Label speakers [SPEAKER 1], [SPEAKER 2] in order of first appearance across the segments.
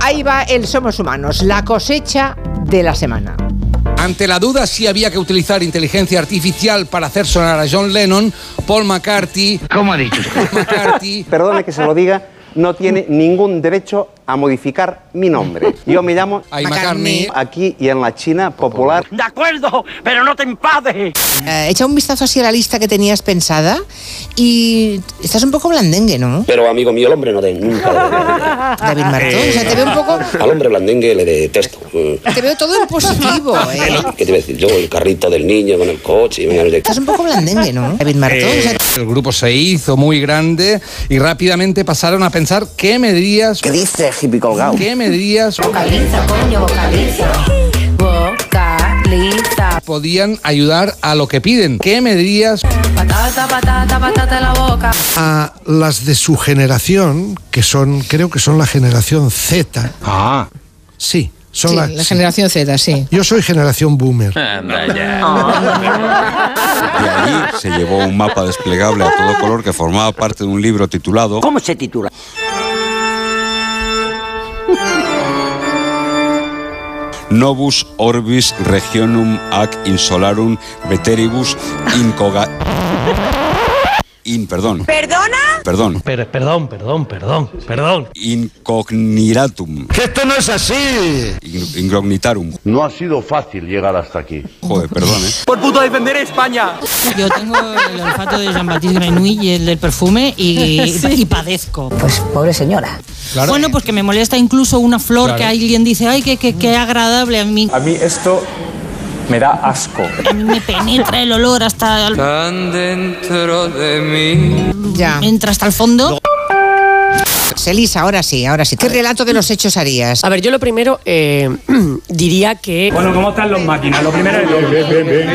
[SPEAKER 1] Ahí va el Somos Humanos, la cosecha de la semana.
[SPEAKER 2] Ante la duda si había que utilizar inteligencia artificial para hacer sonar a John Lennon, Paul McCartney,
[SPEAKER 3] ¿Cómo ha dicho usted?
[SPEAKER 2] Paul McCartney
[SPEAKER 4] Perdone que se lo diga, no tiene ningún derecho a modificar mi nombre. Yo me llamo
[SPEAKER 2] Ay, McCartney.
[SPEAKER 4] aquí y en la China popular.
[SPEAKER 3] De acuerdo, pero no te enfades.
[SPEAKER 1] Eh, echa un vistazo así a la lista que tenías pensada y estás un poco blandengue, ¿no?
[SPEAKER 5] Pero amigo mío, el hombre no de nunca. lo de-
[SPEAKER 1] David Martón, o sea, te veo un poco...
[SPEAKER 5] Al hombre blandengue le detesto. Eh,
[SPEAKER 1] Te veo todo en positivo, ¿eh?
[SPEAKER 5] ¿Qué te iba a decir? Yo, el carrito del niño con el coche. y venga, no sé qué.
[SPEAKER 1] Estás un poco blandengue, ¿no? David Martón,
[SPEAKER 6] Eh,
[SPEAKER 1] o sea,
[SPEAKER 2] El grupo se hizo muy grande y rápidamente pasaron a pensar qué medidas,
[SPEAKER 6] ¿Qué dice hippie colgado?
[SPEAKER 2] qué medidas
[SPEAKER 7] Vocaliza, coño, vocaliza. Vocaliza.
[SPEAKER 2] podían ayudar a lo que piden, qué medidas
[SPEAKER 7] Patata, patata, patata en la boca.
[SPEAKER 8] a las de su generación, que son, creo que son la generación Z.
[SPEAKER 3] Ah.
[SPEAKER 8] Sí, son
[SPEAKER 9] Sí,
[SPEAKER 8] la,
[SPEAKER 9] la generación Z, sí.
[SPEAKER 8] Yo soy generación boomer.
[SPEAKER 10] De allí se llevó un mapa desplegable a todo color que formaba parte de un libro titulado
[SPEAKER 3] ¿Cómo se titula?
[SPEAKER 10] Novus Orbis Regionum Ac Insolarum Veteribus Incoga... In, perdón. ¿Perdona? Perdón.
[SPEAKER 3] perdón, perdón, perdón, perdón.
[SPEAKER 10] Incogniratum.
[SPEAKER 3] ¡Que esto no es así!
[SPEAKER 10] In- Incognitarum.
[SPEAKER 6] No ha sido fácil llegar hasta aquí.
[SPEAKER 10] Joder, perdón, ¿eh?
[SPEAKER 3] Por puto defender España.
[SPEAKER 11] Yo tengo el olfato de Jean-Baptiste Grenouille y el del perfume y, y padezco.
[SPEAKER 6] Pues pobre señora.
[SPEAKER 2] Claro.
[SPEAKER 11] Bueno, pues que me molesta incluso una flor
[SPEAKER 2] Claro.
[SPEAKER 11] que alguien dice, ay, qué, qué, qué agradable a mí.
[SPEAKER 6] A mí esto me da asco.
[SPEAKER 11] A mí me penetra el olor hasta el-
[SPEAKER 1] ya.
[SPEAKER 11] entra hasta el fondo.
[SPEAKER 1] Elisa, ahora sí, ahora sí. ¿Qué relato de los hechos harías?
[SPEAKER 9] A ver, yo lo primero eh, diría que...
[SPEAKER 3] Bueno, ¿cómo están los máquinas? Lo primero es lo.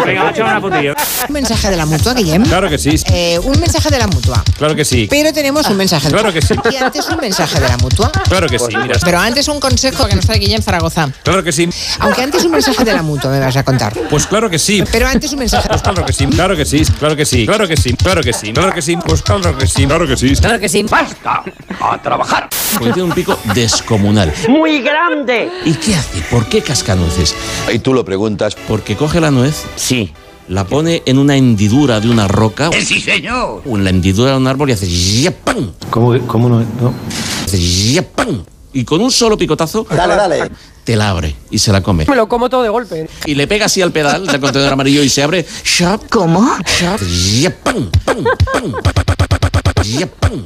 [SPEAKER 3] Venga, va a echar una potilla.
[SPEAKER 1] Un mensaje de la mutua, Guillem.
[SPEAKER 6] Claro que sí,
[SPEAKER 1] Eh, un mensaje de la mutua.
[SPEAKER 6] claro que sí,
[SPEAKER 1] Pero tenemos un mensaje. de-
[SPEAKER 6] Claro que sí.
[SPEAKER 1] Y antes un mensaje de la mutua.
[SPEAKER 6] claro que sí, mira,
[SPEAKER 1] Pero antes un consejo,
[SPEAKER 9] Porque no está Guillem Zaragoza.
[SPEAKER 6] claro que sí,
[SPEAKER 1] aunque antes un mensaje de la mutua me vas a contar.
[SPEAKER 6] pues claro que sí.
[SPEAKER 1] Pero antes un mensaje.
[SPEAKER 6] Pues claro que sí, claro que sí, claro que sí, claro que sí, claro que sí, claro que sí, pues claro que sí, claro que sí.
[SPEAKER 11] Claro que sí.
[SPEAKER 3] ¡Basta! ¡A trabajar!
[SPEAKER 6] Porque tiene un pico descomunal.
[SPEAKER 3] ¡Muy grande!
[SPEAKER 6] ¿Y qué hace? ¿Por qué casca nueces?
[SPEAKER 10] Y tú lo preguntas.
[SPEAKER 6] Porque coge la nuez,
[SPEAKER 3] Sí.
[SPEAKER 6] la pone en una hendidura de una roca,
[SPEAKER 3] ¡Sí, señor!
[SPEAKER 6] o en la hendidura de un árbol y hace ¡yapam!
[SPEAKER 8] ¿Cómo, no,
[SPEAKER 6] Hace ¡yapam! Y con un solo picotazo Dale, dale. te la abre y se la come.
[SPEAKER 9] Me lo como todo de golpe.
[SPEAKER 6] Y le pega así al pedal del contenedor amarillo y se abre. ¡Shap! ¿Cómo? ¡Shap! ¡Yapam! ¡Pam! ¡Pam! ¡Yapam!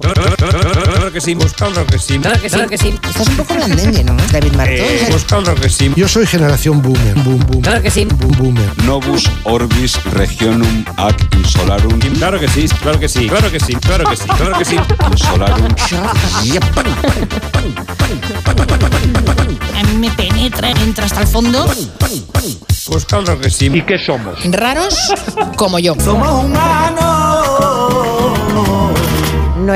[SPEAKER 6] Claro que sí, claro que sí.
[SPEAKER 11] Claro que sí. Claro que sí.
[SPEAKER 1] Estás un poco blandengue, ¿no? David
[SPEAKER 6] Eh,
[SPEAKER 1] Martón.
[SPEAKER 6] Claro que sí.
[SPEAKER 8] Yo soy generación boomer. Boom, boom,
[SPEAKER 11] Claro que sí.
[SPEAKER 8] boom, boomer.
[SPEAKER 10] Novus Orbis Regionum Ac Insolarum
[SPEAKER 6] Claro que sí, claro que sí, claro que sí, claro que sí, claro que sí.
[SPEAKER 10] Insolarum.
[SPEAKER 11] A mí me penetra, entra hasta el fondo.
[SPEAKER 6] Pues claro que sí.
[SPEAKER 9] Raros como yo.
[SPEAKER 6] Somos humanos.